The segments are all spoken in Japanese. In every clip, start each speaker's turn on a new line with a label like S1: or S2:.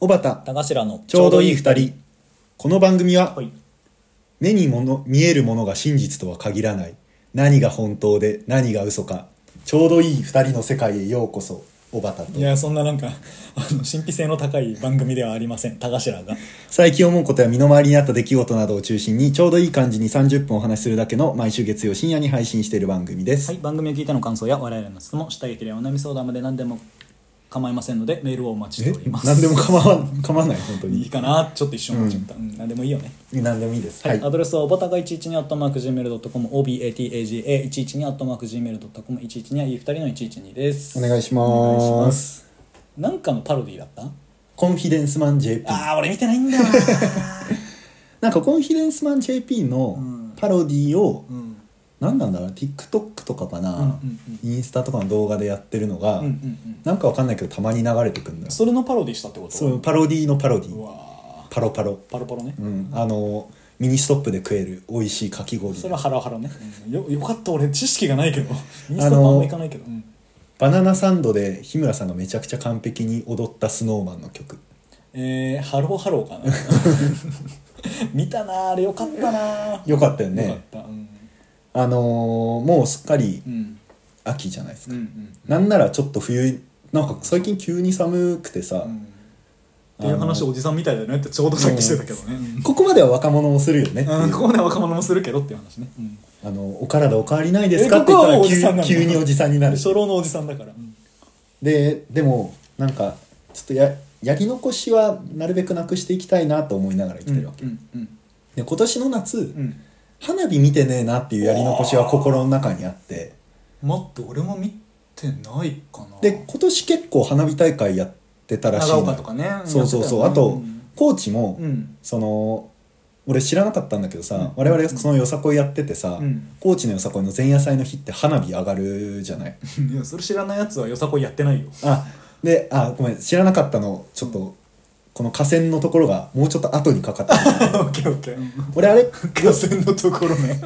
S1: 小畑
S2: 田頭の
S1: ちょうどいい二人この番組は
S2: はい
S1: 目にもの見えるものが真実とは限らない何が本当で何が嘘かちょうどいい二人の世界へようこそ小畑
S2: い
S1: と
S2: やそんななんか あの神秘性の高い番組ではありません田頭が
S1: 最近思うことや身の回りにあった出来事などを中心にちょうどいい感じに30分お話しするだけの毎週月曜深夜に配信している番組です、
S2: はい番組を聞いての感想や我々の質問したいければお悩み相談まで何でも構いませんのでメールをお待ちし
S1: え
S2: ております
S1: 何でも構わ構わない本当
S2: いい
S1: に
S2: かなちょっと一瞬思っちゃった、うん 何でもいいよね
S1: 何でもいいです
S2: はい、アドレスはおばたが112アットマーク Gmail.com obatagaga112 アットマーク Gmail.com 112はいい2人の112です
S1: お願いします
S2: お願いしますなんかのパロディだった
S1: コンフィデンスマン JP
S2: ああ俺見てないん だよな
S1: なんかコンフィデンスマン JP
S2: うん
S1: のパロディを、
S2: うん
S1: なん、なんだろう TikTok とかかな、
S2: うんうん
S1: インスタとかの動画でやってるのが、
S2: うんうんうん
S1: なんかわかんないけどたまに流れてくんだよ
S2: それのパロディしたってこと
S1: そうパロディのパロデ
S2: う
S1: ィ
S2: わ
S1: パロパロ
S2: ーパロパロね、
S1: うんあのミニストップで食える美味しいかき氷
S2: それはハラハラね、うんよよかった俺知識がないけどインスタ
S1: あ
S2: と
S1: の
S2: あんま行かないけど、うん
S1: バナナサンドで日村さんがめちゃくちゃ完璧に踊ったスノーマンの曲
S2: えー、ハローハローかな見たなーあれよかったなー
S1: よかったよ
S2: よかっ
S1: ね
S2: たうん
S1: あのーもうすっかり
S2: うん
S1: 秋じゃないです
S2: うんう
S1: か、な
S2: ん
S1: んならちょっと冬なんか最近急に寒くてさ、
S2: っていう話
S1: あの
S2: おじさんみたいだよねってちょうどさっきしてたけどね、うん
S1: ここまでは若者もするよねっていう
S2: ここで若者もするけどっていう話ね、うん
S1: あのお体お変わりないですか
S2: え
S1: って言った
S2: ここはもうおじさん
S1: ら
S2: な
S1: 急
S2: の
S1: 急におじさんになる
S2: 初老のおじさんだから、
S1: ででもなんかちょっとややり残しはなるべくなくしていきたいなと思いながら生きてるわけ、
S2: うんうん
S1: で今年の夏、
S2: うん
S1: 花火見てねえなっていうやり残しは心の中にあって
S2: 待って俺も見てないかな
S1: で今年結構花火大会やってたらしい
S2: 長
S1: の
S2: 岡とかね
S1: そうそうそう、
S2: や
S1: あ
S2: ってたよ
S1: と
S2: ね
S1: 高知も、
S2: うん
S1: その俺知らなかったんだけどさ、
S2: うん
S1: 我々そのよさこいやっててさ、
S2: うん
S1: 高知のよさこいの前夜祭の日って花火上がるじゃない
S2: うんいやそれ知らないやつはよさこいやってないよ
S1: あであごめん知らなかったのちょっと、この河川のところがもうちょっと後にかか って
S2: オ
S1: る
S2: ッケーオッケー
S1: 俺あれ
S2: 河川のところ ね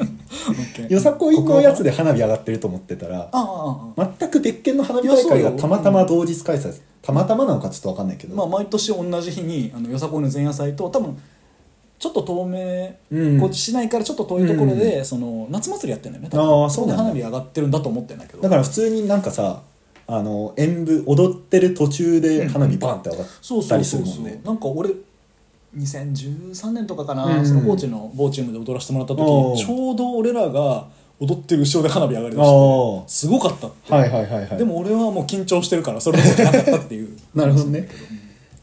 S1: よさこいのやつ
S2: で
S1: で花火上がってると思ってたら
S2: あああ
S1: 全く別件の花火大会
S2: いやそう
S1: が
S2: よ
S1: たまたま同日開催ですたまたまなのかちょっと分かんないけど、
S2: まあ毎年同じ日にあのよさこいの前夜祭と多分ちょっと遠明
S1: うん、
S2: 高知市内からちょっと遠いところで、その夏祭りやってんだよね多分
S1: ああそうなんだ
S2: こで花火上がってるんだと思ってんだけど
S1: だから普通になんかさあの演舞踊ってる途中で花火バンって上がっ
S2: そう
S1: た
S2: そう
S1: りす
S2: そ
S1: る
S2: う
S1: もん
S2: そう、
S1: ね
S2: なんか俺2013年とかかな、
S1: うん
S2: その高知の某チームで踊らせてもらった時
S1: おう
S2: ちょうど俺らが踊ってる後ろで花火上がり
S1: あ
S2: だ
S1: あ
S2: して
S1: は
S2: すごかったって、
S1: いはいはいはい
S2: でも俺はもう緊張してるからそれじゃなかったっていう
S1: なるほどね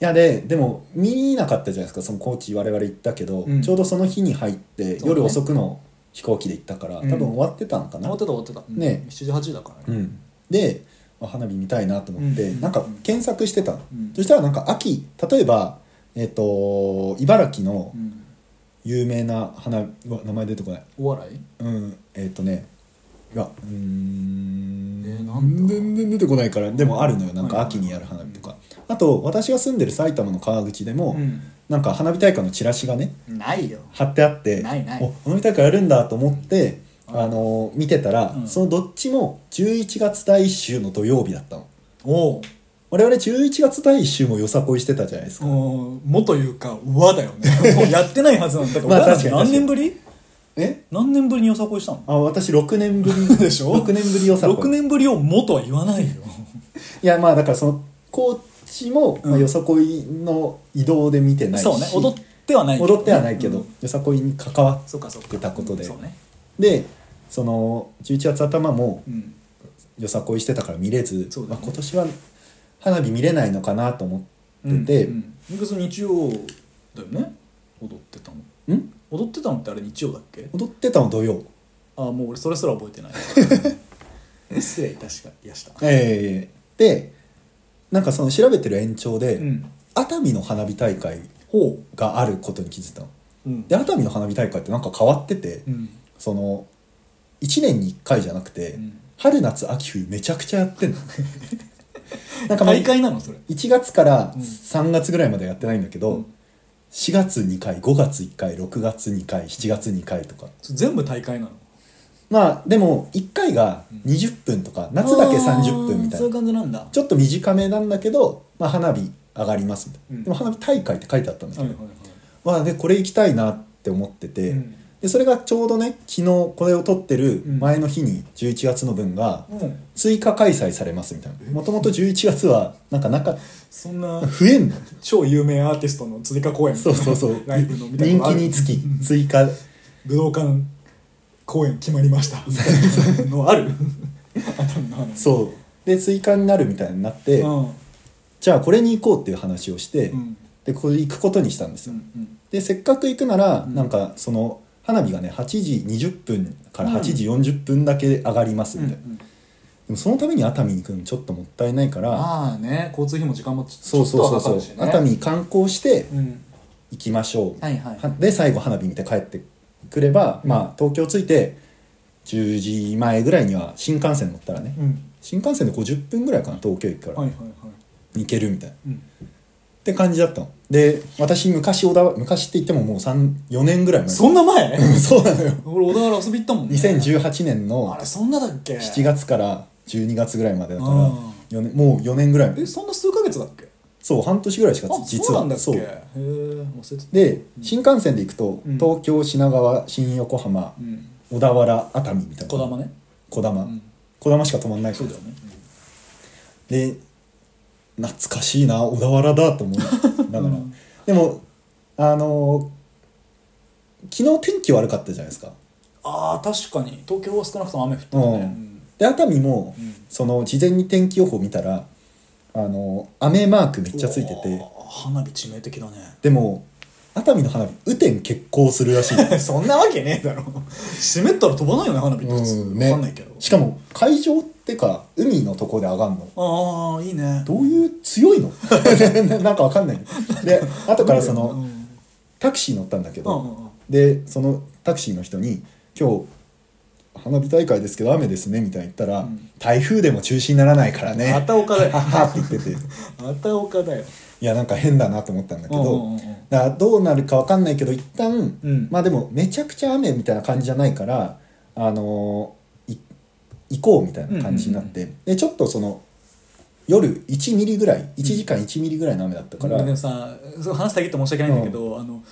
S1: いやででも見なかったじゃないですかその高知我々行ったけど、
S2: うん
S1: ちょうどその日に入って、
S2: そうだね
S1: 夜遅くの飛行機で行ったから
S2: うん
S1: 多分終わってたのか
S2: 終
S1: な、う
S2: わっ
S1: ん
S2: てた終わってた、うん
S1: ねえ
S2: 7時8時だからね、
S1: であ花火見たいなと思って、
S2: うん
S1: なんか検索してたの、
S2: うん
S1: そしたらなんか秋例えばえっ、と茨城の
S2: うん
S1: 有名な花火うわ名前出てこない
S2: お笑い
S1: うんえっ、とねいやうーん
S2: えーなんだ
S1: 全然出てこないからでもあるのよなんか秋にやる花火とか、あと私が住んでる埼玉の川口でも、なんか花火大会のチラシがね
S2: ないよ
S1: 貼ってあって
S2: ないない
S1: お花火大会やるんだと思って、
S2: うん
S1: あのー見てたら、
S2: うん
S1: そのどっちも11月第1週の土曜日だったの
S2: おう
S1: 我々11月第1週もよさこいしてたじゃないですか、
S2: おうもというか和だよ ねもうやってないはずなんだから、
S1: まあ
S2: 和なん
S1: 確
S2: て
S1: かに
S2: 何年ぶり
S1: え
S2: 何年ぶりによさこいしたの
S1: あ私6年ぶり
S2: でしょ
S1: 6年ぶりよさこい
S2: 6年ぶりを「も」とは言わないよ
S1: いやまあだからその高知も、
S2: うん
S1: まあ、よさこいの移動で見てないし
S2: そうね踊ってはないけどね
S1: 踊ってはないけど、
S2: うん
S1: よさこいに関わっ
S2: そうかそうか
S1: 出たことで
S2: そうね
S1: てその11月頭も
S2: うん
S1: よさこいしてたから見れず、
S2: そうだ
S1: ま
S2: ね
S1: あ、今年は花火見れないのかなと思ってて、
S2: うんうん別に日曜だよね踊ってたの
S1: ん
S2: 踊ってたのってあれ日曜だっけ
S1: 踊ってたの土曜
S2: あもう俺それすら覚えてない 失礼いたしかいやした
S1: ええでなんかその調べてる延長で、
S2: うん
S1: 熱海の花火大会
S2: ほ
S1: があることに気づいたの
S2: ううん
S1: で熱海の花火大会ってなんか変わってて、
S2: うん
S1: その1年に1回じゃなくて、
S2: うん
S1: 春夏秋冬めちゃくちゃやってん のなんかまあ
S2: 大会なのそれ
S1: 1月から
S2: うん
S1: 3月ぐらいまでやってないんだけど、
S2: うん
S1: 4月2回5月1回6月2回7月2回とか
S2: それ全部大会なの
S1: まあでも1回が20分とか、夏だけ30分みた
S2: あ
S1: いな
S2: ーそういう感じなんだ
S1: ちょっと短めなんだけど、まあ、花火上がりますみたいな、
S3: うん
S1: でも花火大会って書いてあったんだけ
S3: はい
S1: ど、
S3: はいはい
S1: まあ、でこれ行きたいなって思ってて、
S3: うん
S1: でそれがちょうどね昨日これを撮ってる
S3: うん
S1: 前の日に11月の分が
S3: うん
S1: 追加開催されますみたいなもともと11月はなんかなんか
S2: そんな
S1: 増えんの
S2: 超有名アーティストの追加公演みた
S1: そ
S2: いうな
S1: そうそう
S2: ライ
S1: 人気
S2: ブのみたいなのがある
S1: につき追加
S2: 武道館公演決まりましたみたいなのあるあったのかな
S1: そうで追加になるみたいになって、
S2: うん
S1: じゃあこれに行こうっていう話をして、
S2: うん
S1: でこれ行くことにしたんです
S2: う
S1: よ、
S2: ん
S1: でせっかく行くなら、
S2: うん
S1: なんかその花火がね8時20分から
S2: うん
S1: 8時40分だけ上がります
S2: う
S1: み
S2: ん
S1: たいな、でもそのために熱海に行くのちょっともったいないから
S2: まあね交通費も時間もち
S1: そうそうそうそう、
S2: ちょっとは
S1: 熱
S2: かかるし
S1: 海
S2: ね
S1: 観光して
S2: うん
S1: 行きましょう、
S2: はいはい
S1: はで最後花火見て帰ってくれば、
S2: うん
S1: まあ東京着いて10時前ぐらいには新幹線乗ったらね、
S2: うん
S1: 新幹線で50分ぐらいかな東京駅から
S2: はいはいはい
S1: 行けるみたいな、
S2: うん
S1: って感じだったので私昔小田原昔って言ってももう34年ぐらい前
S2: そんな前
S1: そうなのよ
S2: 俺小田原遊び行ったもんね
S1: 2018年の
S2: あれそんなだっけ
S1: 7月から12月ぐらいまでだから
S2: うん
S1: 4年もう4年ぐらい
S2: えそんな数ヶ月だっけ
S1: そう半年ぐらいしか
S2: あそ
S1: 実
S2: うな
S1: は
S2: んだっけへえ忘れてた
S1: で新幹線で行くと、
S2: うん
S1: 東京品川新横浜
S2: うん
S1: 小田原熱海みたいな
S3: こだまね
S1: こだま、
S2: うん
S1: こだましか止まんないから
S3: そうだよね
S1: で懐かしいな小田原だと思い ながら、
S2: うん
S1: でもあのー昨日天気悪かったじゃないですか
S2: あー確かに東京は少なくとも雨降ってたね
S1: うんで熱海も、
S2: うん
S1: その事前に天気予報見たらあのー雨マークめっちゃついて
S2: う
S1: て
S2: わー花火致命的だね
S1: でも熱海の花火雨天決行するらし い
S2: そんなわけねえだろ湿ったら飛ばないよね花火って普通、
S1: うん
S2: わ
S1: ね
S2: かんないけど
S1: しかも会場ってか海のとこで上がんの
S2: ああいいね
S1: どういう強いの なんかわかんないで後からその
S2: うん
S1: タクシー乗ったんだけ
S2: う
S1: ど、
S2: んうんうん
S1: でそのタクシーの人に「今日花火大会ですけど雨ですね」みたいに言ったら、
S2: うん
S1: 台風でも中止にならないからね」
S2: また岡だよ
S1: は っはって言っててい
S2: また岡だよ
S1: やなんか変だなと思ったんだけど、
S2: うんうんうんうん
S1: だからどうなるかわかんないけど一旦、
S2: うん
S1: まあでもめちゃくちゃ雨みたいな感じじゃないからあのーい行こうみたいな感じになって、でちょっとその夜1ミリぐらい1時間1ミリぐらいの雨だったから、
S2: でもさそう話したいって申し訳ないんだけど、あの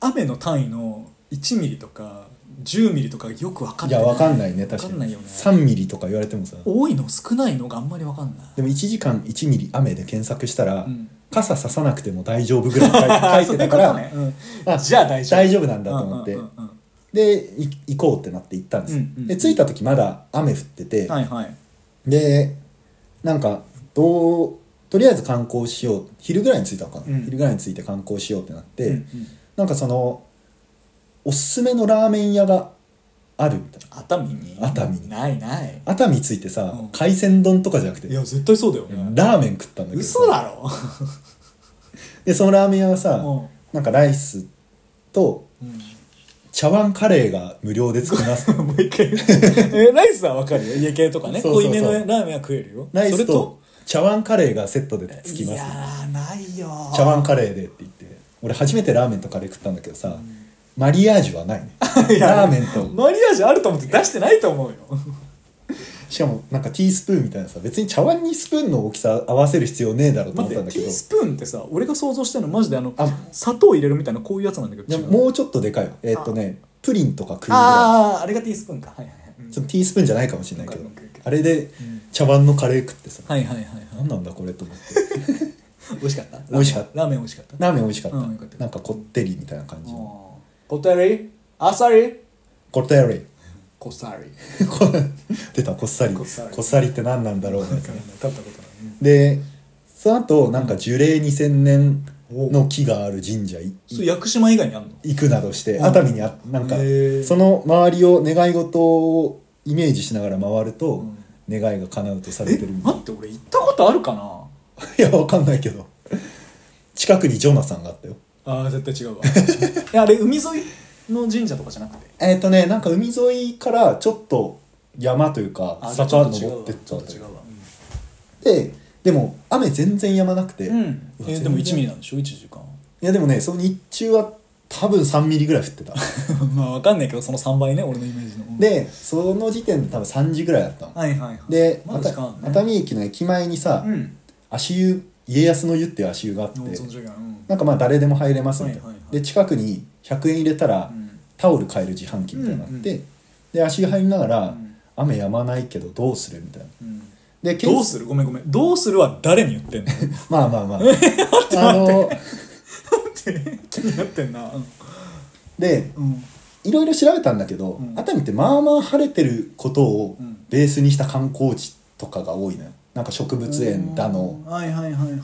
S2: 雨の単位の1ミリとか10ミリとかよく分かん
S1: い
S2: ない
S1: やわかんないね確か
S2: わかん
S1: に
S2: ないよね
S1: 3ミリとか言われてもさ
S2: 多いの少ないのがあんまり分かんない
S1: でも1時間1ミリ雨で検索したら、
S2: うん
S1: 傘ささなくても大丈夫ぐらい書いて書いてたか
S2: そういう
S1: ら
S2: ことねうん
S1: あ
S2: じゃあ大丈夫
S1: 大丈夫なんだと思って、
S2: うんうんうん
S1: でい行こうってなって行ったんですよ、
S2: うんうん
S1: で着いた時まだ雨降ってて、
S2: うんはいはい
S1: でなんかどうとりあえず観光しよう昼ぐらいに着いたのかな、
S2: うん
S1: 昼ぐらいに着いて観光しようってなって、
S2: うんうん
S1: なんかそのおすすめのラーメン屋があるみたいな
S2: 熱海に
S1: 熱海に
S2: ないない
S1: 熱海着いてさ、
S2: うん
S1: 海鮮丼とかじゃなくて
S2: いや絶対そうだよね
S1: ラーメン食ったんだけどさ
S2: 嘘だろ
S1: でそのラーメン屋はさ、
S2: うん
S1: なんかライスと茶碗カレーが無料でつき ます
S2: もう一回言ってえライスは分かるよ家系とかね
S1: そうそうそう
S2: 濃いめのラーメンは食えるよ
S1: ライ
S2: それ
S1: スと茶碗カレーがセットでつきま
S2: いや
S1: す
S2: ーないよー
S1: 茶碗カレーでって言って俺初めてラーメンとカレー食ったんだけどさ、マリアージュはないね
S2: いや
S1: ラーメンと
S2: マリアージュあると思って出してないと 思うよ
S1: しかもなんかティースプーンみたいなさ別に茶碗にスプーンの大きさ合わせる必要ねえだろうと思
S2: 待
S1: った
S2: っ
S1: ん
S2: て
S1: だ
S2: テ
S1: け
S2: ィ
S1: ど
S2: ースプーンってさ俺が想像してるのマジであの
S1: あ
S2: 砂糖入れるみたいなこういうやつなんだけど
S1: で
S2: 違
S1: も
S2: う
S1: もうちょっとでかいわえーっとねプリンとか食うぐら
S2: あああれがティースプーンかはいはいはい
S1: いちょっとティースプーンじゃないかもしれないけど
S2: わかるわかる
S1: あれで茶碗のカレー食ってさ
S2: はいはいはいはい
S1: 何なんだこれと思って
S2: 美味しかった
S1: 美味しかった
S2: ラーメン美味しかった
S1: ラーメン美味しかった,、
S2: うんよかった
S1: なんかこってりみたいな感じの
S2: もうポテリアサリ
S1: こってり
S2: コサリ
S1: こ出たこっさり
S2: こっさり
S1: こっさりって何なんだろうね
S2: 食ったことない
S1: でその後なんか樹齢2000年の木がある神社い
S2: それ屋久島以外にあるの
S1: 行くなどして
S2: うん
S1: 熱海にあなんか
S2: へー
S1: その周りを願い事をイメージしながら回ると
S2: ん
S1: 願いが叶うとされ
S2: え
S1: てるみたい
S2: 待って俺行ったことあるかない
S1: やわかん ないけど近くにジョナサンがあったよ
S2: ああ絶対違うわ いやあれ海沿いの神社とかじゃなくて
S1: えっ、とねなんか海沿いからちょっと山というか
S2: あーじゃあち
S1: 坂
S2: ょっと違う
S1: 登
S2: わ
S1: ってっ
S2: ち
S1: た
S2: ょ
S1: あ
S2: ったと
S1: り
S2: 違うわ
S1: ででも雨全然やまなくて、
S2: うん、
S1: い
S2: え
S1: 全然
S2: ーでも1ミリなんでしょ1時間
S1: やでもねその日中は多分3ミリぐらい降ってた
S2: まあわかんないけどその3倍ね俺のイメージの
S1: でその時点で多分3時ぐらいだったの
S2: はいはいはい
S1: で
S2: まだ時間あるね
S1: 熱海駅の駅前にさ、
S2: うん
S1: 足湯家康の湯っていう足湯があって
S2: うん存じ上げないうん
S1: なんかまあ誰でも入れますみたいな、
S2: はいはいはい
S1: で近くに100円入れたら
S2: うん
S1: タオル買える自販機みたいなのがあって、
S2: うん
S1: で足湯入りながら、
S2: ん
S1: 雨止まないけどどうするみたいな
S2: うん
S1: で
S2: どう
S1: る
S2: するごめんごめんどうするは誰に言ってんのっ
S1: まあまあま ああの
S2: て気になってんな
S1: で
S2: うん
S1: いろいろ調べたんだけど、
S2: ん
S1: 熱海ってまあまあ晴れてることを
S2: うん
S1: ベースにした観光地とかが多いのよなんか植物園だの、
S2: はいはいはいはい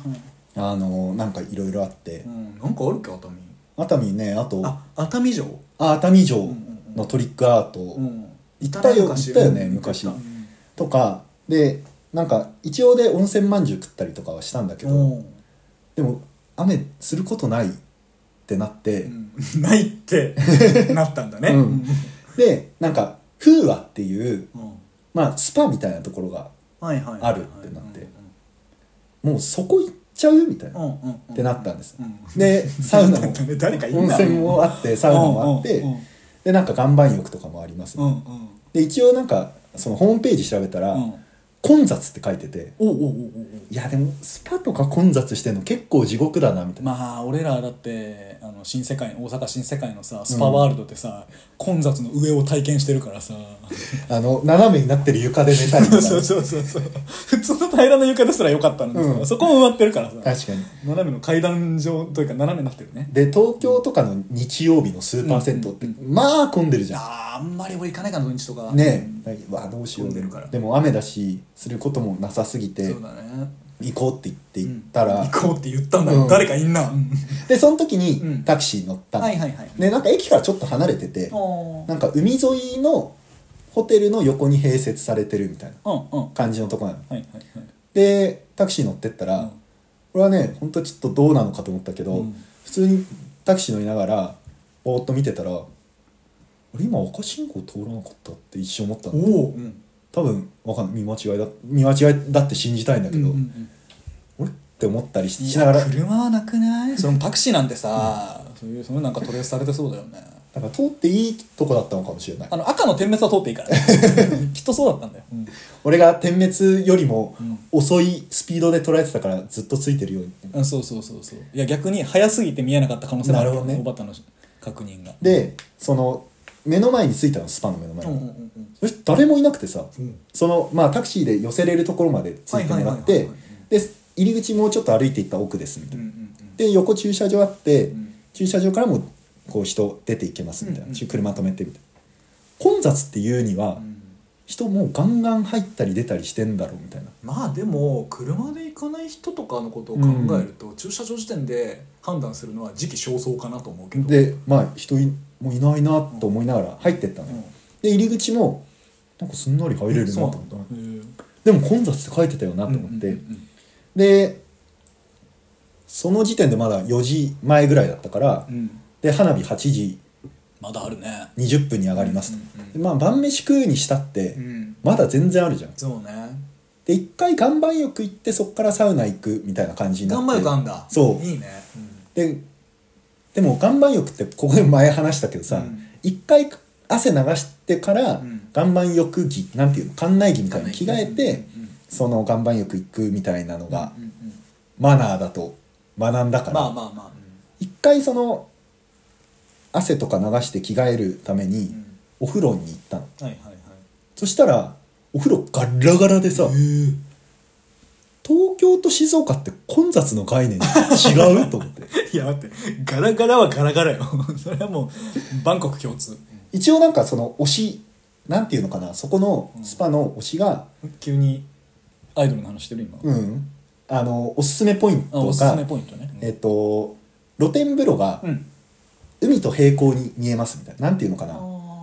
S1: あのなんかいろいろあって
S2: う、んなんかあるっけ熱海
S1: 熱海ねあと
S2: あ熱海城
S1: あ熱海城
S2: んうん
S1: のトリックアート、
S2: うん
S1: 行ったよ
S2: 昔
S1: 行ったよね
S2: うん
S1: 昔
S2: 行った
S1: とかでなんか一応で温泉まんじゅう食ったりとかはしたんだけど、
S2: うん
S1: でも雨することないってなって、
S2: うんないって なったんだね
S1: うんでなんか風和っていう、
S2: うんうん
S1: まあ、スパみたいなところが
S2: はいはいはいはい
S1: あるってなってもうそこ行っちゃうみたいな、
S2: うんうん
S1: ってなったんです
S2: うん
S1: でサウナも
S2: 誰かいんな
S1: 温泉もあってサウナもあって、
S2: うんうんうん
S1: でなんか岩盤浴とかもあります、
S2: うんうん
S1: で一応なんかそのホームページ調べたら、
S2: うん
S1: 混雑って書いてて
S2: おうおうおうおう
S1: いやでもスパとか混雑してんの結構地獄だなみたいな、
S2: まあ俺らだってあの新世界大阪新世界のさスパワールドでさ、混雑の上を体験してるからさ
S1: あの斜めになってる床で寝たりと
S2: そ
S1: か
S2: うそうそうそう普通の平らな床ですら良かったのにさ、
S1: うん
S2: そこも埋まってるからさ
S1: 確かに
S2: 斜めの階段上というか斜めになってるね
S1: で東京とかの日曜日のスーパー銭湯って、
S2: うん
S1: まあ混んでるじゃん
S2: あーあんまり俺行かないから土日とか
S1: ねえ、うわあどうしよう
S2: 混んでるから
S1: でも雨だしすることもなさすぎ
S2: うん
S1: て
S2: そうだね
S1: 行こうって言って行ったら、
S2: うん行こうって言ったんだ
S1: う
S2: よ
S1: ん
S2: 誰かいんな、うん
S1: でその時
S2: う
S1: に
S2: ん
S1: タクシー乗ったの、
S2: はいはいはい
S1: でなんか駅からちょっと離れてて
S2: おー
S1: なんか海沿いのホテルの横に併設されてるみたいな
S2: うんうんは
S1: 感じのとこなの
S2: いはいはい
S1: でタクシー乗ってったら、
S2: うん
S1: これはね本当ちょっとどうなのかと思ったけど、
S2: うん
S1: 普通にタクシー乗りながらぼーっと見てたら俺今赤信号通らなかったって一瞬思った
S2: お
S1: の
S2: お、うん
S1: 多分わかんない見間違いだ見間違いだって信じたいんだけ
S2: うんう
S1: ど、
S2: ん
S1: 俺って思ったり
S2: うん、
S1: しながら
S2: 車はなくないそれもタクシーなんてさ、そういうそのなんかトレースされてそうだよね
S1: なんか通っていいとこだったのかもしれない
S2: あの赤の点滅は通っていいから ねきっとそうだったんだよ、うん
S1: 俺が点滅よりも
S2: うん
S1: 遅いスピードで捉えてたからずっとついてるように
S2: うん、そうそうそうそういや逆に早すぎて見えなかった可能性もあるけど
S1: なる
S2: ね
S1: ほどね
S2: おばたの確認が
S1: でその目の前に着いたのスパの目の前
S2: う
S1: に、
S2: んうんうんうん
S1: そして誰もいなくてさ、
S2: うん
S1: そのまあタクシーで寄せれるところまでついてもらっ
S2: はいはい
S1: て
S2: はいはい
S1: で入り口もうちょっと歩いていった奥ですみた
S2: う
S1: い
S2: んう
S1: な、
S2: ん
S1: で横駐車場あって、
S2: ん
S1: 駐車場からもこう人出ていけますみたいな、
S2: うんうん
S1: 車止めてみたいな混雑っていうには、
S2: うんうん
S1: 人もうガンガン入ったり出たりしてんだろうみたいな
S2: まあでも車で行かない人とかのことを考えると、駐車場時点で判断するのは時期尚早かなと思うけど、
S1: でまあ人いもういないなと思いながら入ってったの
S2: う
S1: よ、
S2: ん、
S1: で入り口もなんかすんなり入れるなと
S2: そう
S1: 思
S2: な
S1: っ
S2: ん
S1: た
S2: だ
S1: で
S2: へ
S1: も混雑って書いてたよな
S2: え
S1: と思って、
S2: うんうん
S1: でその時点でまだ4時前ぐらいだったから、
S2: うんうん
S1: で花火8時
S2: まだあるね
S1: 20分に上がりますと、
S2: うんうん
S1: でまあ晩飯食うにしたって、
S2: うん
S1: まだ全然あるじゃん
S2: そうね
S1: で一回岩盤浴行ってそっからサウナ行くみたいな感じになっ
S2: 頑
S1: て
S2: 張るかんだ
S1: そう
S2: いいね、
S1: ででも岩盤浴ってここで前話したけど
S2: う
S1: さ
S2: ん
S1: 一、回汗流してから
S2: ん
S1: 岩盤浴着なんていうの館内着みたいなの着
S2: 館
S1: 替え
S2: 内着
S1: て、
S2: うんうん
S1: その岩盤浴行くみたいなの
S2: うん
S1: が
S2: うんうん
S1: マナーだと学んだから、
S2: まあまあまあ、
S1: 一回その汗とか流して着替えるため
S2: う
S1: に
S2: んうん
S1: お風呂に行ったの
S2: はいはいはい
S1: そしたらお風呂ガラガラでさ東京と静岡って混雑の概念違うと思って
S2: いや待ってガラガラはガラガラよ それはもうバンコク共通
S1: 一応なんかその推しなんていうのかなそこのスパの推しが
S2: 急にアイドルの話してる今、
S1: うん、あのおすすめポイン
S2: あ
S1: ト
S2: おすす
S1: が
S2: めポイントね
S1: えっと露天風呂が
S2: うん
S1: 海と平行に見えますみたいななんていうのかな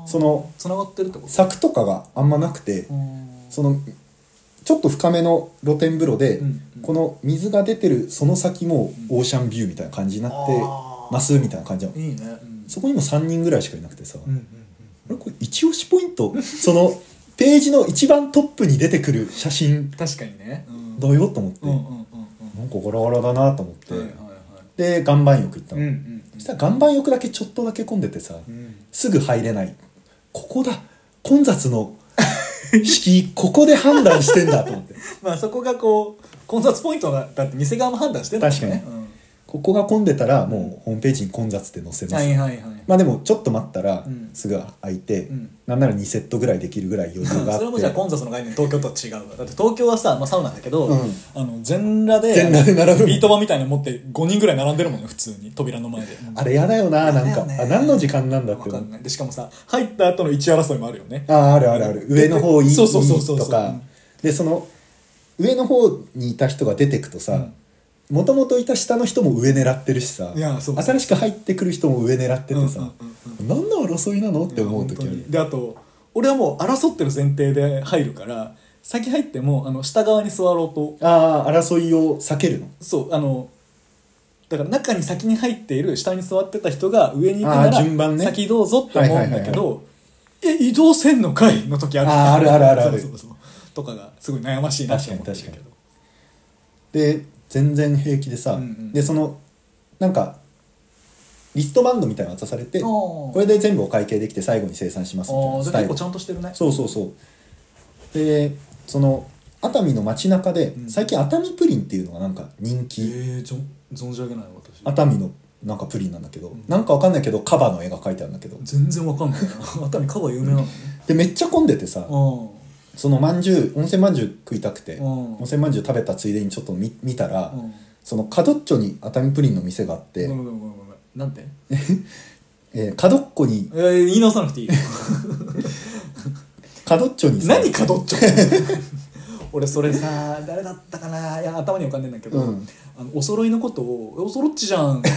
S1: その
S2: つながってるってこと
S1: 柵とかがあんまなくてそのちょっと深めの露天風呂で、
S2: うんうん
S1: この水が出てるその先もオーシャンビューみたいな感じになって
S2: あー
S1: ますみたいな感じなの
S2: いいね、うん
S1: そこにも3人ぐらいしかいなくてさ、
S2: うんうん
S1: あれこれ一押しポイントそのページの一番トップに出てくる写真
S2: うん、確かにね、うん
S1: だよと思って、
S2: うんうんうん
S1: なんかガラガラだなと思って、
S2: うんはいはいは
S1: で岩盤浴行った
S2: いうん
S1: の、
S2: うん
S1: そしたら岩盤浴だけちょっとだけ混んでてさ、
S2: うん
S1: すぐ入れないここだ混雑の敷居ここで判断してんだと思って
S2: まあそこがこう混雑ポイントだって店側も判断してるんだもんね
S1: 確ここが混んでたらもうホームページに混雑って載せ
S2: うん、
S1: ま
S2: は
S1: す
S2: いはいはい、
S1: まあでもちょっと待ったら
S2: うん
S1: すぐ空いて、
S2: うん
S1: なんなら2セットぐらいできるぐらい余裕があ
S2: そ
S1: って
S2: れもじゃあ混雑の概念東京とは違うわだって東京はさ、まあ、サウナだけど、
S1: うん
S2: あの全裸で
S1: 全裸で並ぶ
S2: ビート板みたいなの持って5人ぐらい並んでるもんね普通に扉の前で
S1: あれ嫌だよななんか、
S2: 嫌だよね
S1: あ何の時間なんだ
S2: わ
S1: って
S2: か
S1: 思うん
S2: ないでしかもさ入った後の一位争いもあるよね
S1: あああるあるある上の方いい
S2: そうそうそうそうそ
S1: と
S2: う
S1: かでその上の方にいた人が出てくとさもともといた下の人も上狙ってるしさ
S2: いやそう
S1: 新しく入ってくる人も上狙ってて
S2: う
S1: さ
S2: んうんう
S1: 何
S2: ん
S1: の争いなのって思う時あ
S2: いや本
S1: る
S2: 当にであと俺はもう争ってる前提で入るから先入ってもあの下側に座ろうと
S1: ああ争いを避けるの
S2: そうあのだから中に先に入っている下に座ってた人が上に行く
S1: あ
S2: な
S1: ー順番
S2: ら
S1: ね
S2: 先どうぞって思うんだ
S1: はい
S2: け
S1: はいはい
S2: どえ移動せんのかいの時ある
S1: あーあるあるあるある
S2: そうそうそうとかがすごい悩ましいなって思ってるけ
S1: 確かに
S2: ど
S1: で全然平気でさ、
S2: うんうん
S1: でそのなんかリストバンドみたいなの渡されてこ
S2: こ
S1: れで全部お会計できて最後に生産しますみたいなスタイ
S2: 結
S1: ル
S2: 構ちゃんとしてるね
S1: そうそうそうでその熱海の街中で、
S2: うん
S1: 最近熱海プリンっていうのがなんか人
S2: え
S1: 気
S2: ーじょ存じ上げない私
S1: 熱海のなんかプリンなんだけど、
S2: ん
S1: なんかわかんないけどカバの絵が描いてあるんだけど
S2: 全然わかんないな 熱海カバ有名なのね
S1: でめっちゃ混んでてさ
S2: う
S1: そのまんじゅう温泉まんじゅう食いたくて
S2: んうん
S1: 温泉まんじゅう食べたついでにちょっと見見たら、
S2: うん
S1: その角っちょに熱海プリンの店があって、
S2: ごめんごめんごめんごめんなんて
S1: えー角っこに
S2: えー言い直さなくていい
S1: 角っちょにさ
S2: 何かどっちょ 俺それさ誰だったかないや頭に浮かんでんだけど、
S1: うん
S2: あのお揃いのことを「えおそろっちじゃん」って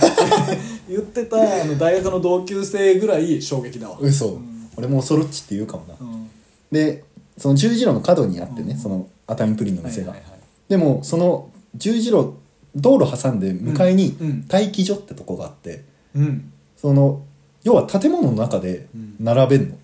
S2: 言ってたあの大学の同級生ぐらい衝撃だわ
S1: 嘘、
S2: うん
S1: 俺もうそろっちって言うかもな、
S2: うん
S1: でその十字路の角にあってね、
S2: うん
S1: その熱海プリンの
S2: はい
S1: 店
S2: はい
S1: が、
S2: はい
S1: でもその十字路道路挟んで向かいに
S2: うん
S1: 待機所ってとこがあって
S2: うん
S1: その要は建物の中で
S2: うん
S1: 並べんの、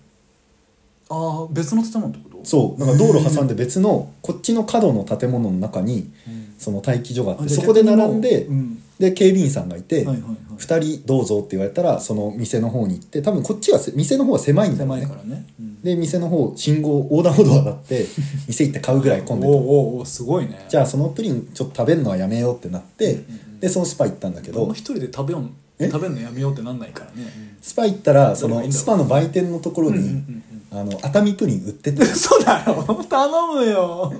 S2: ああ別の建物ってこと
S1: そうなんか道路挟んで別のこっちの角の建物の中に
S2: うん
S1: その待機所があっ
S2: あ
S1: て
S2: じゃあ
S1: そこで並んで、
S2: 逆にも
S1: で警備員さんがいて、
S2: ううんはいはいはい
S1: 2人どうぞって言われたらその店の方に行って多分こっちはせ店の方は狭いんだよ
S2: 狭
S1: ね
S2: いからね、うん
S1: で店の方信号横断歩道渡って 店行って買うぐらい混んで
S2: おう
S1: た
S2: おうおうすごいね
S1: じゃ
S2: あ
S1: あそのプリンちょっと食べるのはやめようってなって、
S2: うんうんうん
S1: でそのスパ行ったんだけ
S2: け
S1: ど
S2: ど一人で食べよん
S1: え
S2: 食べんのやめようってなんないからね、
S1: スパ行ったらそ
S2: それがいい
S1: の
S2: んだろう
S1: スパの売店のところに、
S2: うんうんうん
S1: あの熱海プリン売ってて
S2: 嘘だろ頼むよ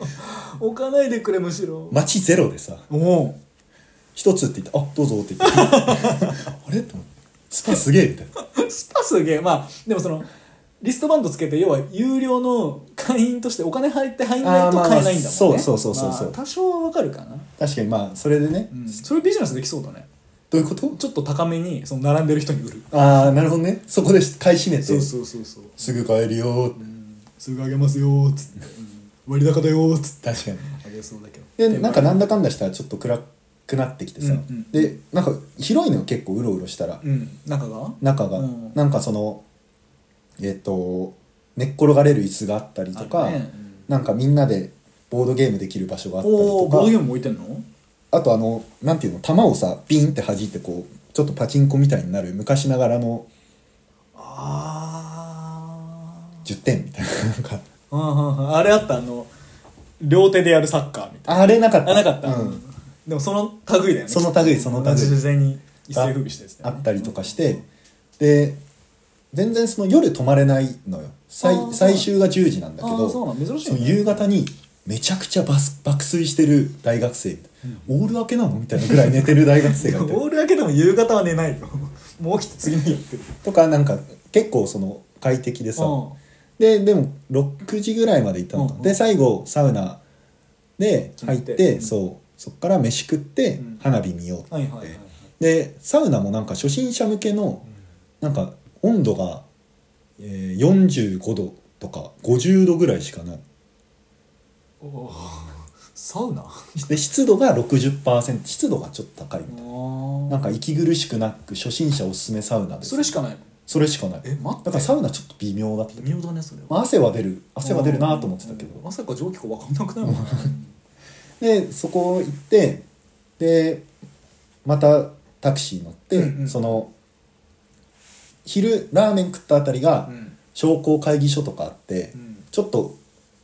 S2: 置かないでくれむしろ
S1: 街ゼロでさ
S2: おおう
S1: 一つって言って「あどうぞ」って言って あれと思ってスパすげえみたいな
S2: スパすげえまあでもそのリストバンドつけて要は有料の会員としてお金入って入んないと買えない
S1: あー
S2: んだもんね、
S1: まあまあそうそうそうそうそう
S2: まあ多少はわかるかな、
S1: 確かにまあそれでね、
S2: うん、それビジネスできそうだね
S1: どういうこと
S2: ちょっと高めにその並んでる人に売る
S1: ああなるほどねそこで買い占めて
S2: そうそうそうそう
S1: すぐ買えるよー
S2: すぐあげますよーっつって、うん、割高だよーっつって
S1: 確かに
S2: あげそうだけど
S1: でなんかなんだかんだしたらちょっと暗くなってきてさ、
S2: うんうん
S1: でなんか広いのよ結構うろうろしたら、
S2: うん中が
S1: 中が、
S2: うん
S1: なんかそのえっ、と寝っ転がれる椅子があったりとか、
S2: あるねうん
S1: なんかみんなでボードゲームできる場所があったり
S2: お
S1: と
S2: おボードゲー
S1: か
S2: ムも置いてんの
S1: あとあのなんていうの球をさピンって弾いてこうちょっとパチンコみたいになる昔ながらの
S2: あ
S1: 10点みたいななんか
S2: あああれあったあの両手でやるサッカーみたい
S1: あれなかっ
S2: な
S1: た
S2: あなかった、
S1: うん、
S2: でもその類だよね
S1: その類その類
S2: 事前に一斉風靡したやつだ
S1: あ
S2: よね
S1: ったりとかして、で全然その夜泊まれないのよ最
S2: あー
S1: 最終が10時なんだ
S2: あ
S1: け
S2: あ
S1: ど
S2: そうなん珍しい
S1: そ
S2: ね
S1: の夕方にめちゃくちゃバス爆睡してる大学生みたいな、オール明けなのみたいなぐらい寝てる大学生がい て
S2: オール明けでも夕方は寝ないよもう起きて次の日やってる
S1: とかなんか結構その快適でさ、
S2: うん
S1: ででも6時ぐらいまでいたのか、
S2: うんうん
S1: で最後サウナで入っ、
S2: 入っててうん
S1: そうそっから飯食って、
S2: うん
S1: 花火見ようって、
S2: はいはいはいはい
S1: でサウナもなんか初心者向けのなんか温度が、えー、45度とか50度ぐらいしかない
S2: おおサウナあ
S1: で湿度が60%湿度がちょっと高いみたいなな
S2: あ
S1: んか息苦しくなく初心者おすすめサウナです
S2: それしかない
S1: それしかない
S2: え待って
S1: だからサウナちょっと微妙だったけど、
S2: 微妙だねそれは、
S1: まあ、汗は出る汗は出るなと思ってたけ
S2: うん
S1: ど
S2: まさか蒸気庫分かんなくなるのかな
S1: でそこ行ってでまたタクシー乗って、
S2: うんうん
S1: その昼ラーメン食ったあたりが
S2: うん
S1: 商工会議所とかあって、
S2: うん
S1: ちょっと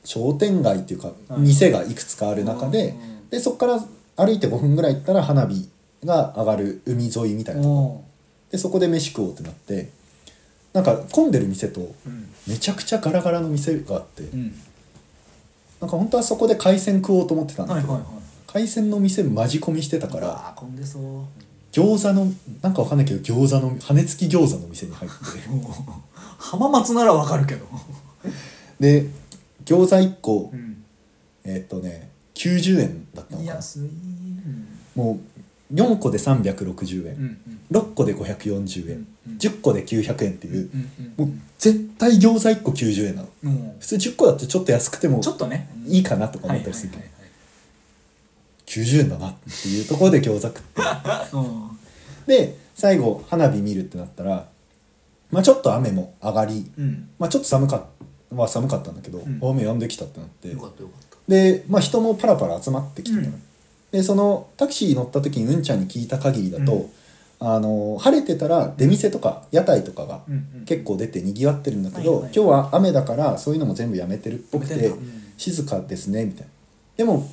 S1: 商店街っていうか店がいくつかある中で,、
S2: うん
S1: でそこから歩いて5分ぐらい行ったら花火が上がる海沿いみたいな
S2: お
S1: でそこで飯食おうってなってなんか混んでる店と
S2: ーうん
S1: めちゃくちゃガラガラの店があって、
S3: うん
S1: なんか本当はそこで海鮮食おうと思ってたんだ
S2: はい
S1: け
S2: はい
S1: ど、
S2: はい
S1: 海鮮の店マジ込みしてたから
S2: あ混んでそうも
S1: 餃子のなんかわかんないけど餃子の羽根付き餃子の店に入って
S2: う浜松ならわかるけど
S1: で餃子1個
S2: ん
S1: えーっとね90円だったのかな
S2: 安いうん
S1: もう4個で360円、
S2: うん
S1: 6個で540円、
S2: うん
S1: 10個で900円っていう
S2: う、んうん
S1: もう絶対餃子1個90円なの
S2: うんも
S1: 普通10個だってちょっと安くても
S2: うちょっとね
S1: いいかなとか思ったりするけど、90円だなっていうところで餃子食っ て
S2: うん
S1: で最後花火見るってなったら、まあ、ちょっと雨も上がり、
S2: うん
S1: まあ、ちょっと寒か,、まあ、寒かったんだけど、
S2: ん
S1: 雨止んできたってなって
S2: よかったよかった
S1: で、まあ、人もパラパラ集まってきてたのよ、
S2: うん
S1: でそのタクシー乗った時にうんちゃんに聞いた限りだと、
S2: うん
S1: あの晴れてたら出店とか屋台とかが
S2: うんうん
S1: 結構出てにぎわってるんだけど、
S2: はいはい
S1: 今日は雨だからそういうのも全部やめてるっぽくて
S2: やめてんだうん
S1: 静かですねみたいなでも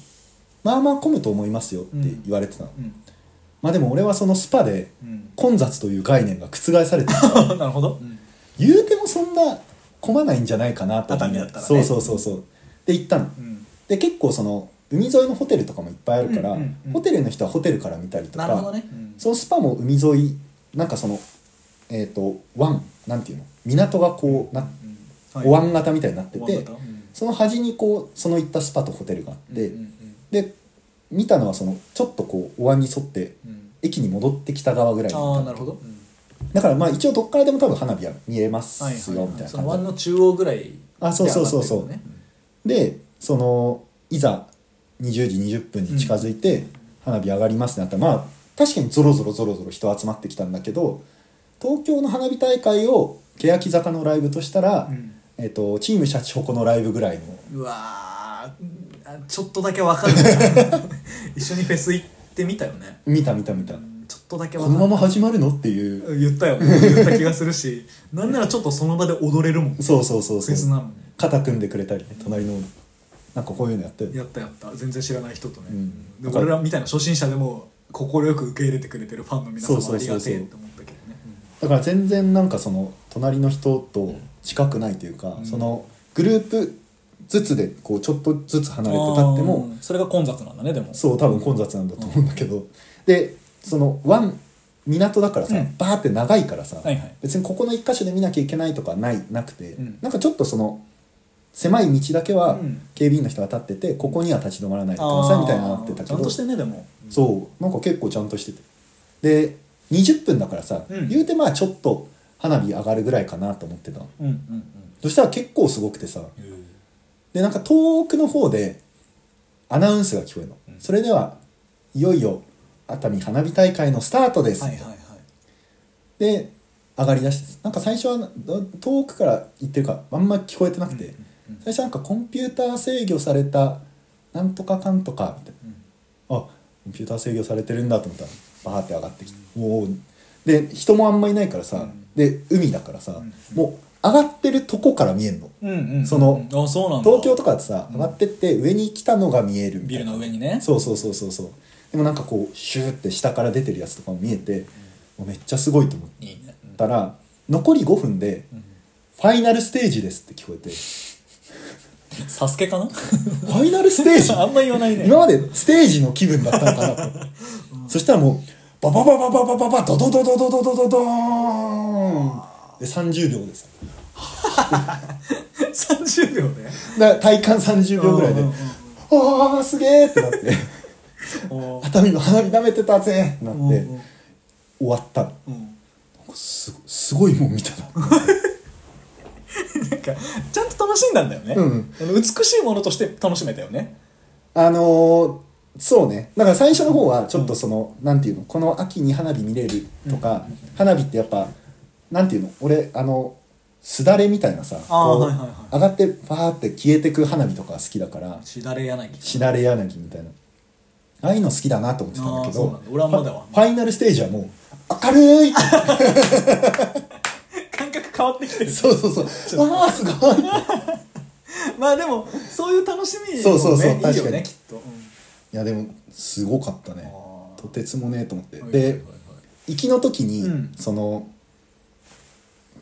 S1: まあまあ混むと思いますよって言われてたの、
S2: うん
S1: まあでも俺はそのスパで
S2: うん
S1: 混雑という概念が覆され てるから
S2: なるほど
S1: 言うてもそんな混まないんじゃないかなと思う
S2: 熱海だったらね
S1: そうそうそうそうで行ったの
S2: うん
S1: で結構その海沿いのホテルとかもいっぱいあるから、
S2: うんうんうん
S1: ホテルの人はホテルから見たりと
S2: なるほど
S1: か、
S2: ね
S1: そのスパも海沿いなんかそのえっ、と湾なんていうの港がこうな、お
S2: わん
S1: 椀型みたいになっててその端にこうその行ったスパとホテルがあって、で見たのはそのちょっとこうお椀に沿って駅に戻ってきた側ぐらいにいた
S2: ああなるほど
S1: だからまあ一応どっからでも多分花火は見えますよみたいな
S2: その湾
S1: 感じ
S2: の中央ぐらい
S1: あそうそうそうそう
S2: で上がってる
S1: でそのいざ20時20分に近づいて花火上がりますってなったらまあ確かにゾロゾロゾロゾロ人集まってきたんだけど東京の花火大会を欅坂のライブとしたら、
S2: のね
S1: えっとチームシャチホコのライブぐらいの
S2: うんうわーあちょっとだけわ かる一緒にフェス行ってみたよね
S1: 見た見た見た
S2: ちょっとだけわ
S1: こ
S2: かる
S1: のまま始まるのっていう
S2: 言ったよ言った気がするし なんならちょっとその場で踊れるもんフ
S1: そうそうそうそ
S2: ェス
S1: う
S2: なのに
S1: 肩組んでくれたりね隣のなんかこういうのやって
S2: やったやった全然知らない人とね、
S1: うん
S2: で俺らみたいな初心者でも快く受け入れてくれてるファンの皆
S1: そう
S2: 様
S1: そ
S2: あ
S1: う
S2: り
S1: そ
S2: が
S1: うそう
S2: てえって思ったけどね
S1: だから全然なんかその隣の人と近くないというか、
S2: ん
S1: そのグループずつでこうちょっとずつ離れて立っても
S3: あーそれが混雑なんだねでも
S1: そう多分混雑なんだと思うんだけど、でその湾港だからさ、
S3: うん
S1: バーって長いからさ、
S3: はいはい
S1: 別にここの一箇所で見なきゃいけないとかないなくて、
S3: ん
S1: なんかちょっとその狭い道だけは
S2: うん
S1: 警備員の人が立ってて、ここには立ち止まらないでくださ
S3: あ
S1: い
S3: ー
S1: みたいなのあってたけ
S2: ちゃ
S1: ど
S2: んとしてねでも
S1: そうなんか結構ちゃんとしててで20分だからさ、
S2: うん
S1: 言うてまあちょっと花火上がるぐらいかなと思ってたの
S3: うんうん
S1: そしたら結構すごくてさでなんか遠くの方でアナウンスが聞こえるの、
S3: うん
S1: それではいよいよ熱海花火大会のスタートです、
S2: はいはいはい
S1: で上がりだしてなんか最初はど遠くから言ってるからあんま聞こえてなくて、
S2: うんうん
S1: 最初なんかコンピューター制御されたなんとかかんとかみたいなあコンピューター制御されてるんだと思ったらバーって上がってきて、おーで人もあんまいないからさ、
S2: うん
S1: で海だからさ、
S2: ん
S1: もう上がってるとこから見えんの
S3: うんうんうん
S1: その
S3: あそうなんだ
S1: 東京とかってさ上がってって上に来たのが見えるみ
S3: ビ
S1: た
S3: ル
S1: いな
S3: の上にね
S1: そうそうそうそうそうでもなんかこうシューって下から出てるやつとかも見えて、もうめっちゃすごいと思っ
S3: いいねうん
S1: たら残り5分で、ファイナルステージです」って聞こえて「
S3: サスケかな
S1: ファイナルステージ?」
S3: あんま言わないね
S1: 今までステージの気分だったのかなと、そしたらもうババババババババドドドドドドドドドーンで30秒です
S2: 30秒で
S1: だから体感30秒ぐらいで
S2: うんうん
S1: 「ああすげえ!」ってなって
S2: うんうん
S1: 熱海の花火舐めてたぜってな
S2: うん
S1: って終わったの
S2: うん
S1: すすごいもん見たな
S2: なんかちゃんと楽しんだんだよね、
S1: うん
S2: あの美しいものとして楽しめたよね
S1: あのーそうねだから最初の方はちょっとその、なんていうのこの秋に花火見れるとか、花火ってやっぱなんていうの俺あのすだれみたいなさ
S2: あー
S1: こう
S2: はいはいはい
S1: 上がってファーって消えてく花火とかが好きだから
S2: しだれ柳
S1: しだれ柳みたいなああいうの好きだなと思ってたんだけ
S2: あーそう
S1: ど
S2: なんだ俺はまだわ
S1: ファファイナルステージはもう明るい
S2: 感覚変わってきてる
S1: そうそうそうわあすごい
S2: まあでもそういう楽しみも、ね、
S1: そうそうそう
S2: いいよ
S1: 確か
S2: ね
S1: に
S2: きっと、うん
S1: いやでもすごかったねとてつもねえと思って、
S2: はいはいはい
S1: で行きの時に、
S2: うん
S1: その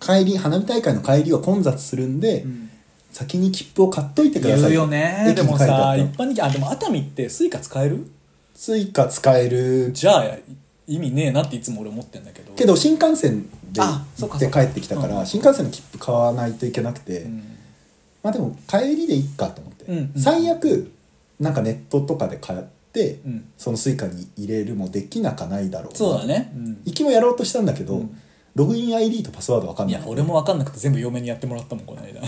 S1: 帰り花火大会の帰りは混雑するんで、
S2: うん
S1: 先に切符を買っといてくださ
S2: 言
S1: いう
S2: よね
S1: 駅
S2: で
S1: に
S2: も
S1: 書いてあ
S2: さ
S1: っ
S2: 一
S1: た
S2: 般にあでも熱海ってスイカ使える
S1: スイカ使える
S2: じゃあ意味ねえなっていつも俺思ってんだけど
S1: けど新幹線で
S2: あ
S1: 行
S2: そっか
S1: っ
S2: そってか
S1: 帰ってきたから
S2: うん
S1: 新幹線の切符買わないといけなくて、
S2: うん
S1: まあでも帰りでいっかと思って、
S2: うんうん
S1: 最悪なんかネットとかで買って、
S2: うん
S1: そのスイカに入れるもできなかないだろうな
S3: そうだね
S2: うん
S1: 行きもやろうとしたんだけど、
S2: うん
S1: ログイン ID とパスワードわかん
S2: い
S1: ない
S2: や俺も分かんなくて全部嫁にやってもらったもんこの間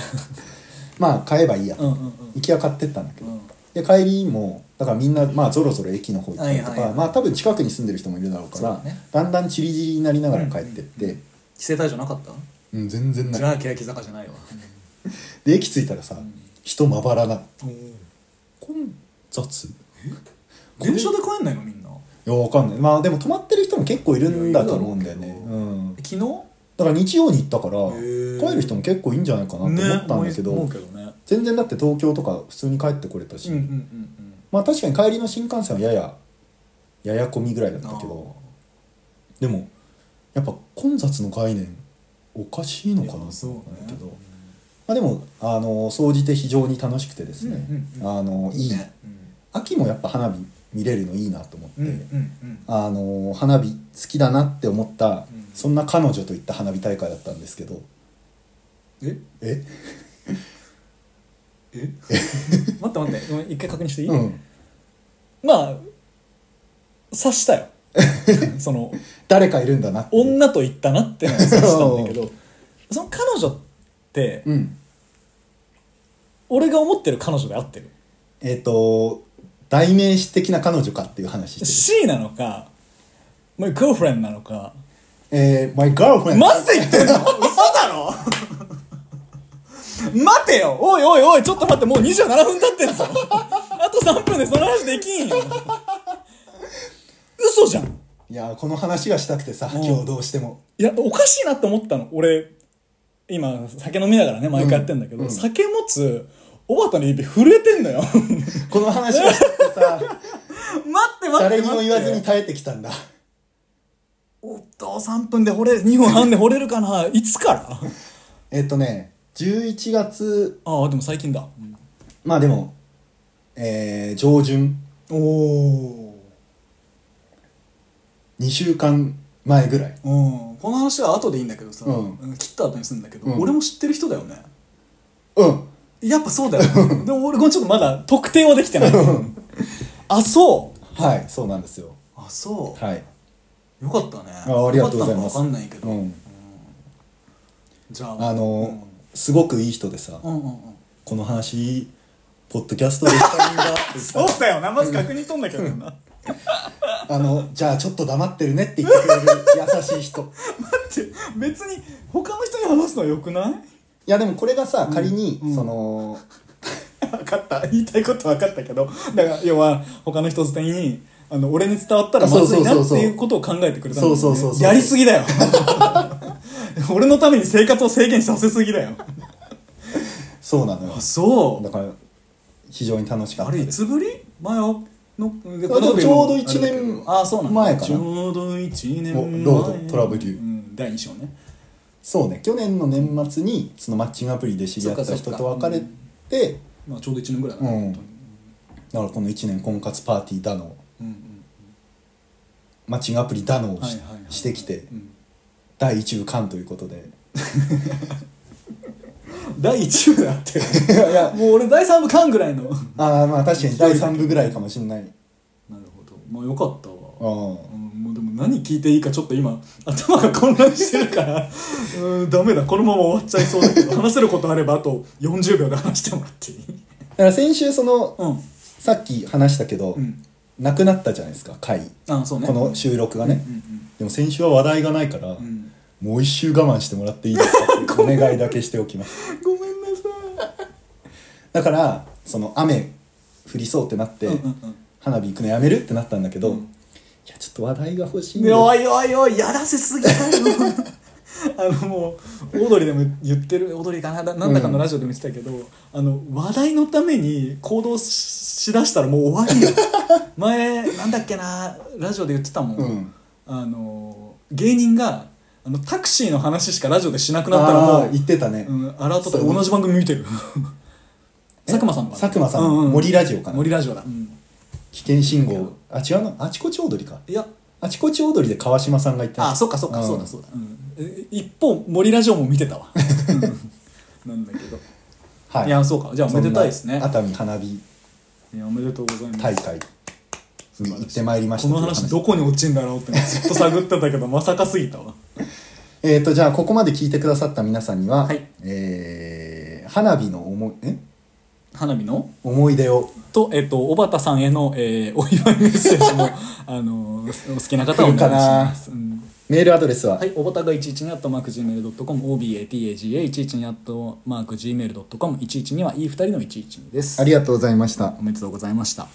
S1: まあ買えばいいや、
S2: うんうん
S1: 行きは買ってったんだけ
S2: う
S1: ど、
S2: ん
S1: で帰りもだからみんなまあぞろぞろ駅の方行ったりとか、
S2: はいはいはい
S1: まあ多分近くに住んでる人もいるだろうから
S2: そうだね
S1: だんだんチリチリになりながら帰ってって、
S2: う
S1: うんん
S2: うん規制退場なかった
S1: 全然
S2: じ
S1: な
S2: ゃ
S1: い
S2: あ欅坂じゃないわ
S1: で駅着いたらさ、人まばらな
S2: うん
S1: 混雑
S2: 電車で帰んないのみんない
S1: やわかんないまあでも泊まってる人も結構いるんだと思うんだよ
S2: い
S1: ね
S2: やいるだろうけど
S1: うん
S2: 昨日な
S1: だから日曜に行ったから
S2: ー
S1: 帰る人も結構いいんじゃないかなって思ったんだけど、
S2: 思うけどね
S1: 全然だって東京とか普通に帰ってこれたし、
S2: うんうんうん
S1: まあ確かに帰りの新幹線はやややや混みぐらいだったけどでもやっぱ混雑の概念おかしいの
S2: うん
S1: か
S2: い
S1: な
S2: や
S1: と
S2: そう
S1: 思うんだけど、
S2: ね
S1: まあ、でもあの総じて非常に楽しくてですね、
S2: うんうんう
S1: あのいい
S2: ね
S1: 秋もやっぱ花火見れるのいいなと思って、
S2: うんうんうん
S1: あの花火好きだなって思った、
S2: うん
S1: そんな彼女といった花火大会だったんですけど
S2: え
S1: え
S2: え待って待ってごめん一回確認していい、
S1: うん
S2: まあ察し たよその
S1: 誰かいるんだなっていう
S2: 女と行ったなっていうのは察したんだけどその彼女って、
S1: うん
S2: 俺が思ってる彼女で合ってる
S1: えっ、と代名詞的な彼女かっていう話してる
S2: C なのか My girlfriend なのか
S1: えー、my girlfriend
S2: マジで言ってんの嘘だろ待てよおいおいおいちょっと待ってもう27分経ってんぞあと3分でその話できんよ嘘じゃん
S1: いやーこの話がしたくてさ
S2: うん
S1: 今日どうしても
S2: いやおかしいなって思ったの俺今酒飲みながらね毎回やってんだけど、
S1: うんうん
S2: 酒持つ小畑の指震えてんのよ待
S1: この話がしたくて さ
S2: って待って
S1: 誰にも言わずに耐えてきたんだ
S2: おっと3分で掘れ2分半で掘れるかないつから
S1: えっとね11月
S2: ああでも最近だ、
S1: まあでもえー、上旬
S2: おお
S1: 2週間前ぐらい
S2: うん、この話は後でいいんだけどさ、
S1: うん
S2: 切った後にするんだけど、
S1: うん
S2: 俺も知ってる人だよね
S1: うん
S2: やっぱそうだよねでも俺もちょっとまだ特定はできてないあそう
S1: はいそうなんですよ
S2: あそう、
S1: はい
S2: よかったね
S1: あありがとうございます
S2: よかったのか分かんないけど、
S1: うん
S2: じゃあ
S1: あのー、すごくいい人でさ
S2: うんうんうん
S1: この話ポッドキャストでしたいんだって言った
S2: そ
S1: ら
S2: うだよなまず確認とんだけどな待
S1: あのじゃあちょっと黙ってるねって言ってくれる優しい人
S2: って別に他の人に話すのはよくない
S1: いやでもこれがさ仮に、
S2: うん
S1: その
S2: 分かった言いたいこと分かったけどだから要は他の人捨てにあの俺に伝わったらまずいな
S1: そう
S2: っ
S1: そうそうそ
S2: て
S1: う
S2: いうことを考えてくれたんだよね
S1: そうそうそうそう
S2: やりすぎだよ 俺のために生活を制限させすぎだよ
S1: そうなのよ
S2: あそ
S1: だから非常に楽し
S2: う
S1: かっ
S2: あ
S1: た
S2: れい
S1: です
S2: つぶり前ので
S1: あでもちょうど一年
S2: あれだけどあそうなんだ
S1: 前かな
S2: ちょうど1年前
S1: おロードトラブル
S2: うん第2章ね
S1: そうね去年の年末にそのマッチングアプリで知り合った
S2: そっかそ
S1: 人
S2: っか
S1: と別れて
S2: まあちょうど1年ぐらいだね
S1: うん
S2: 本当に
S1: だからこの1年婚活パーティーだの
S2: うんうん
S1: マッチングアプリだのを
S2: はい
S1: し,、
S2: はいはい
S1: てきて
S2: うん
S1: 第1部完ということで
S2: 第1部だっ て
S1: いや
S2: もう俺第3部かんぐらいの
S1: あーまあ確かに第3部ぐらいかもしんない
S2: なるほどまあよかったわ
S1: うん
S2: うんもうでも何聞いていいかちょっと今頭が混乱してるから うんダメだこのまま終わっちゃいそうだけ ど話せることあればあと40秒で話してもらっていい
S1: だから先週その
S2: うん
S1: さっき話したけど、
S2: うん
S1: なくなったじゃないですか回
S2: あそうね
S1: この収録がね、
S2: うん
S1: でも先週は話題がないから、
S2: うんうん
S1: もう一周我慢してもらっていいですか ってお願いだけしておきます
S2: ごめんなさ
S1: だからその雨降りそうってなって、
S2: い、うんうん
S1: 花火行くのやめるってなったんだけど、
S2: う
S1: い
S2: ん
S1: やちょっと話題が欲しい
S2: うんん、
S1: だよ
S2: おいおいおいやらせすぎだよ あのもうオードリーでも言ってるオードリーかなだなんだかのラジオでも言ってたけど、あの話題のために行動ししだしたらもう終 わりよ前なんだっけなラジオで言ってたもん、
S1: うん
S2: あの芸人があのタクシーの話しかラジオでしなくなったらも
S1: あ
S2: う
S1: ー、言ってたね、
S2: うん、アラートとか同じ番組見てる佐久間さんの番組
S1: 佐久間さん、
S2: うう
S1: 森ラジオかな
S2: 森ラジオだ、うん
S1: 危険信号あ違うのあちこち踊りか
S2: いや
S1: あちこち踊りで川島さんが言ってた
S2: ああそっかそっか、
S1: うん
S2: そうだそうだ、うんえ一方森ラジオも見てたわ、うんなんだけど
S1: はい
S2: いやそうかじゃあおめでたいですね
S1: そんな熱海花火
S2: いやおめでとうございます
S1: 大会
S2: 素
S1: に
S2: 晴ら
S1: 行
S2: しい
S1: ってまいりまし
S2: こ
S1: たとい
S2: の
S1: う
S2: 話どこに落ちんだろうってずっと探ってたけどまさかすぎたわ
S1: えー、とじゃあここまで聞いてくださった皆さんには、
S2: はい
S1: えー花火の思いえ
S2: 花火の
S1: 思い出を
S2: と、えっと、小畑さんへの、えーお祝いメッセージ も、あのお好きな方はお願いします。うん
S1: メールアドレスは、
S3: はい、おばたが112アットマーク Gmail.com、OBATAGA112 アットマーク Gmail.com、112は E2 人の112です。
S1: ありがとうございました
S2: おめでとうございました。